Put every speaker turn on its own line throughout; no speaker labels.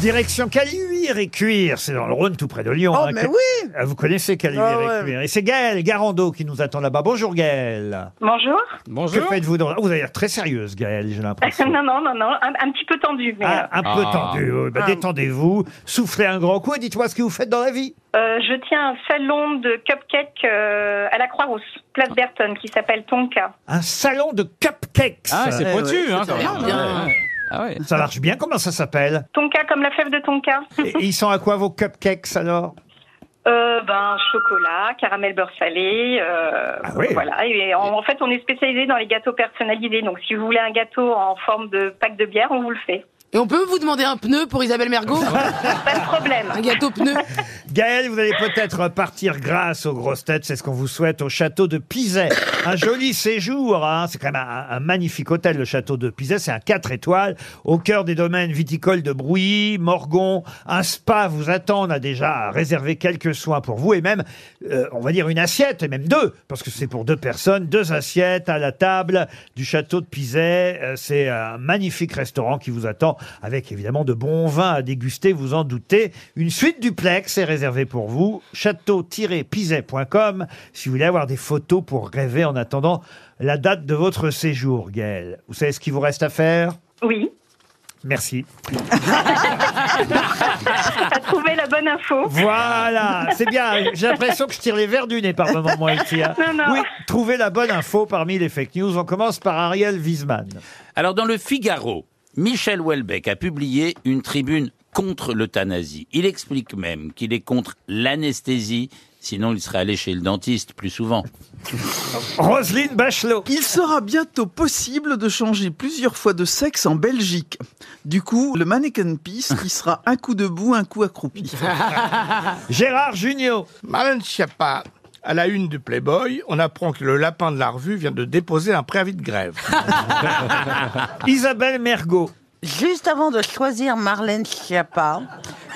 Direction Caluire et Cuire, c'est dans le Rhône, tout près de Lyon.
Oh,
hein,
mais
que-
oui
Ah, Vous connaissez Caluire
Ah, ouais.
et Cuire. Et c'est Gaëlle Garando qui nous attend là-bas. Bonjour Gaëlle.
Bonjour.
Que faites-vous dans... Ah, Vous avez l'air très sérieuse Gaëlle, j'ai l'impression.
non, non, non, non, un, un petit peu tendu. Mais,
Ah, un peu
Ah.
tendu. oui. Bah, Détendez-vous, soufflez un grand coup et dites-moi ce que vous faites dans la vie.
euh, je tiens un salon de cupcakes euh, à la Croix-Rousse, place Berton, qui s'appelle Tonka.
Un salon de cupcakes.
Ah, c'est
Eh
pointu,
ouais,
hein,
c'est
quand
bien,
même.
bien.
Ouais. Ah ouais.
Ça marche bien, comment ça s'appelle
Tonka comme la fève de Tonka.
Et Ils sont à quoi vos cupcakes alors
Euh, ben, chocolat, caramel beurre salé, euh,
Ah oui.
voilà. Et en, en fait, on est spécialisé dans les gâteaux personnalisés. Donc, si vous voulez un gâteau en forme de pack de bière, on vous le fait.
Et on peut vous demander un pneu pour Isabelle Mergot
Pas de problème.
Un gâteau pneu
Gaël, vous allez peut-être partir grâce aux grosses têtes, c'est ce qu'on vous souhaite, au château de Pizet. Un joli séjour, hein. c'est quand même un, un magnifique hôtel, le château de Pizet, c'est un 4 étoiles, au cœur des domaines viticoles de Brouilly, Morgon, un spa vous attend, on a déjà réservé quelques soins pour vous, et même, euh, on va dire une assiette, et même deux, parce que c'est pour deux personnes, deux assiettes à la table du château de Pizet, Euh, c'est un magnifique restaurant qui vous attend, avec évidemment de bons vins à déguster, vous en doutez, une suite duplex est réservée pour vous. Château-pizet.com si vous voulez avoir des photos pour rêver en attendant la date de votre séjour, Gaël. Vous savez ce qu'il vous reste à faire
Oui.
Merci.
T'as trouvé la bonne info.
Voilà, c'est bien. J'ai l'impression que je tire les verres du nez par moment, moi, ici. hein.
Non, non.
Oui, trouvez la bonne info parmi les fake news. On commence par Ariel Wiesman.
Alors dans le Figaro, Michel Houellebecq a publié une tribune contre l'euthanasie. Il explique même qu'il est contre l'anesthésie, sinon il serait allé chez le dentiste plus souvent.
Roselyne Bachelot.
Il sera bientôt possible de changer plusieurs fois de sexe en Belgique. Du coup, le mannequin piece qui sera un coup debout, un coup accroupi.
Gérard Junior.
Marlène Schiappa, à la une du Playboy, on apprend que le lapin de la revue vient de déposer un préavis de grève.
Isabelle Mergot.
Juste avant de choisir Marlène Schiappa,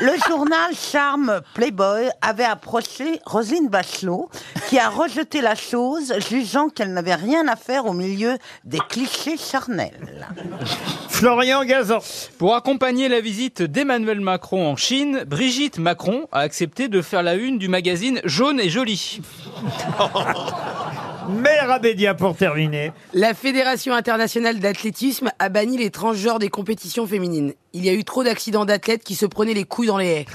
le journal Charme Playboy avait approché Roselyne Bachelot, qui a rejeté la chose, jugeant qu'elle n'avait rien à faire au milieu des clichés charnels.
Florian Gazan.
Pour accompagner la visite d'Emmanuel Macron en Chine, Brigitte Macron a accepté de faire la une du magazine Jaune et Jolie.
Mère Abédia pour terminer.
La Fédération internationale d'athlétisme a banni les transgenres des compétitions féminines. Il y a eu trop d'accidents d'athlètes qui se prenaient les couilles dans les haies.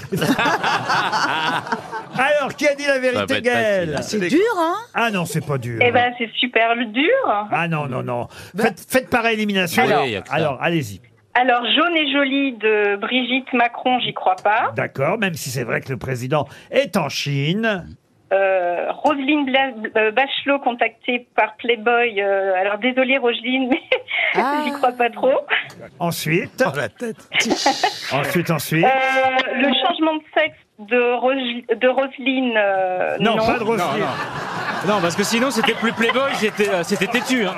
Alors, qui a dit la
Ça va
vérité,
être
Gaël
facile.
C'est dur, hein
Ah non, c'est pas dur.
Eh ben, c'est super dur.
Ah non, non, non. Faites, faites par élimination.
Alors-
Alors, alors, allez-y.
Alors, jaune et jolie de Brigitte Macron, j'y crois pas.
D'accord, même si c'est vrai que le président est en Chine.
Euh, Roselyne Bla- euh, Bachelot contactée par Playboy. euh, alors désolée Roselyne, mais j'y crois pas trop.
Ensuite,
la tête
ensuite, ensuite.
Euh, le changement de sexe de, Roj- de Roselyne. euh,
Non, pas de
Non,
Roselyne.
non. Non, parce que sinon c'était plus Playboy, c'était euh, c'était têtu. hein.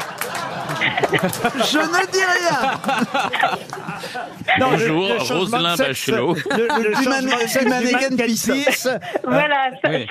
Je ne dis rien
Non, le-
Bonjour,
le changement de
Roselyne
sexe- Le,
Bachelot.
le changement de
manne-
sexe
du
du
mannequin
mannequin
pisse.
pisse,
Voilà. ça-
Oui.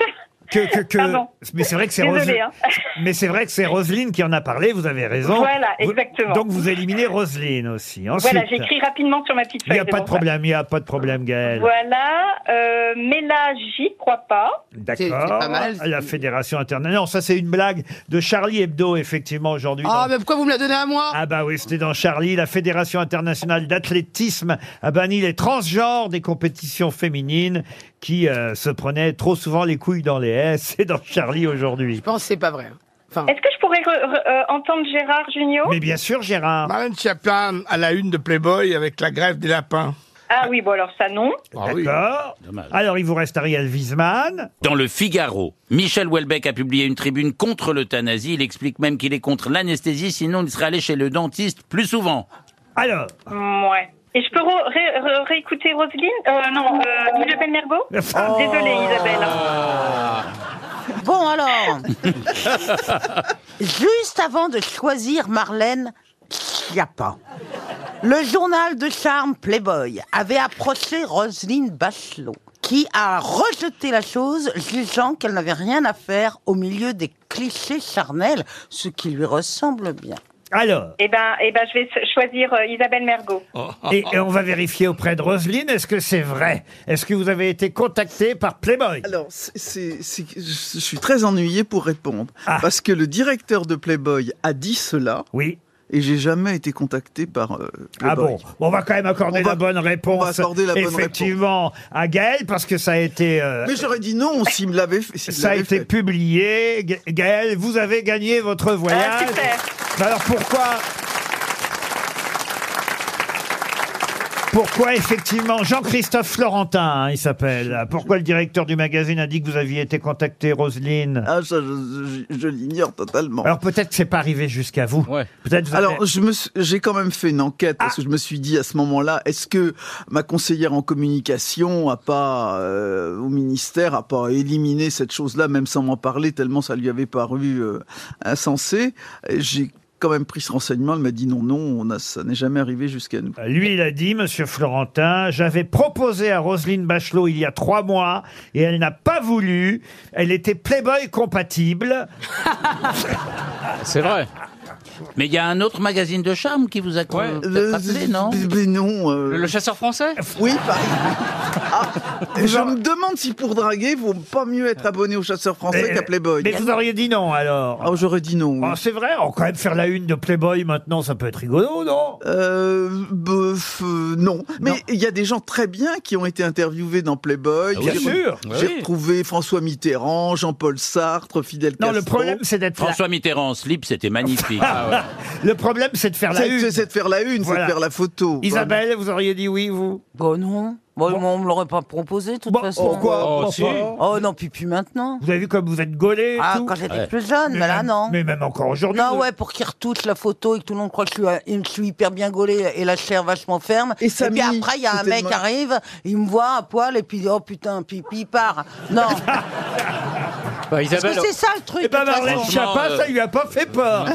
que- que- que-
Pardon.
Mais c'est vrai que Ah. c'est
Désolée.
Roselyne.
hein.
Mais c'est vrai que c'est Roselyne qui en a parlé. Vous avez raison.
Voilà,
Vous-
exactement.
donc vous éliminez Roselyne aussi. Ensuite,
Voilà, j'écris rapidement sur ma petite
il
feuille.
n'y a
c'est
pas de
pour ça.
problème. Il n'y a pas de problème, Gaël.
Voilà. Euh, mais là, j'y crois pas.
D'accord.
C'est- c'est pas mal.
La Fédération internationale. Non, ça c'est une blague de Charlie Hebdo, effectivement, aujourd'hui.
Ah,
dans-
mais pourquoi vous me la donnez à moi
Ah bah oui, c'était dans Charlie. La Fédération internationale d'athlétisme a banni les transgenres des compétitions féminines qui euh, se prenaient trop souvent les couilles dans les haies. C'est dans Charlie aujourd'hui.
Je pense que c'est pas vrai. Enfin,
Est-ce que je pourrais re- re- euh, entendre Gérard Junior
Mais bien sûr, Gérard.
Bah,
Marlène Schiappa, à la une de Playboy avec la grève des lapins.
Ah oui, bon alors ça non.
bah
Ah oui.
D'accord.
Dommage.
Alors, il vous reste Ariel Wiesman.
Dans le Figaro, Michel Houellebecq a publié une tribune contre l'euthanasie. Il explique même qu'il est contre l'anesthésie, sinon il serait allé chez le dentiste plus souvent.
Alors,
Mm, Ouais. Et je peux re- ré- re- réécouter Roselyne Euh, Non, euh, Isabelle Mergot
Oh.
Désolée, Isabelle.
Bon alors, juste avant de choisir Marlène Schiappa, le journal de charme Playboy avait approché Roselyne Bachelot, qui a rejeté la chose, jugeant qu'elle n'avait rien à faire au milieu des clichés charnels, ce qui lui ressemble bien.
Alors,
Eh ben, eh ben, je vais choisir euh, Isabelle Mergot.
et, et on va vérifier auprès de Roselyne, est-ce que c'est vrai Est-ce que vous avez été contacté par Playboy
Alors, c'est- c'est- c'est- je suis très ennuyé pour répondre. Parce que le directeur de Playboy a dit cela
Oui.
et j'ai jamais été contacté par euh,
Ah
Playboy.
bon, Bon, On va quand même accorder
On va-
la bonne réponse.
on va accorder la bonne
effectivement à Gaël parce que ça a été euh,
Mais j'aurais dit non s'il me l'avait fait. s'il
ça a
l'avait
été
fait.
publié. Ga- Gaël, vous avez gagné votre voyage.
Ah, super.
Mais alors pourquoi Pourquoi effectivement Jean-Christophe Florentin, hein, il s'appelle. Pourquoi le directeur du magazine a dit que vous aviez été contacté, Roselyne
Ah, ça, je, je- je l'ignore totalement.
Alors peut-être que c'est pas arrivé jusqu'à vous.
Ouais.
Peut-être vous avez- Ah.
Alors, je me suis- j'ai quand même fait une enquête parce que je me suis dit à ce moment-là, est-ce que ma conseillère en communication a pas euh, au ministère a pas éliminé cette chose-là, même sans m'en parler, tellement ça lui avait paru euh, insensé. Et J'ai quand même pris ce renseignement. Elle m'a dit non, non, on a, ça n'est jamais arrivé jusqu'à nous.
Lui, il a dit, Monsieur Florentin, j'avais proposé à Roselyne Bachelot il y a trois mois et elle n'a pas voulu. Elle était Playboy compatible.
C'est vrai.
Mais il y a un autre magazine de charme qui vous a con-
Ouais.
Euh, peut-être appelé, non
Euh, Mais non. euh,
Le, le chasseur français
Oui, par Ah, je me demande si pour draguer, vaut pas mieux être abonné au chasseur français
Mais-
qu'à Playboy.
Mais vous auriez dit non alors.
Ah, j'aurais dit non. oui.
Ah, c'est vrai, on va quand même faire la une de Playboy maintenant, ça peut être rigolo, non
Euh, bof, euh, non. Mais il y a des gens très bien qui ont été interviewés dans Playboy.
Ah Bien
J'ai-
sûr.
J'ai
Oui.
retrouvé François Mitterrand, Jean-Paul Sartre, Fidel
Non,
Castro.
le problème, c'est d'être la-
François Mitterrand en slip, c'était magnifique.
Le problème, c'est de faire la
c'est
une.
c'est- c'est de faire la une,
Voilà.
c'est de faire la photo. Bah,
Isabelle, vous auriez dit oui, vous
Bon, non. Bon, on me l'aurait pas proposé, de toute
Bon,
façon.
pourquoi
Oh, si.
Pourquoi
Oh non, puis plus maintenant.
Vous avez vu comme vous êtes gaulé et
Ah,
tout
quand j'étais
Ouais.
plus jeune, mais là,
même-
non.
Mais même encore aujourd'hui.
Non,
vous-
ouais, pour qu'ils retouchent la photo et que tout le monde croit que je suis, euh, je suis hyper bien gaulé et la chair vachement ferme.
Et Samy,
puis après, il y a un
c'était
mec
demain.
qui arrive, il me voit à poil et puis, oh putain, puis, puis il part. Non, parce
Bah,
que
Isabelle.
c'est ça le truc.
Eh ben
de toute
Marlène
façon.
franchement,
Schiappa,
euh,
ça lui a pas fait peur.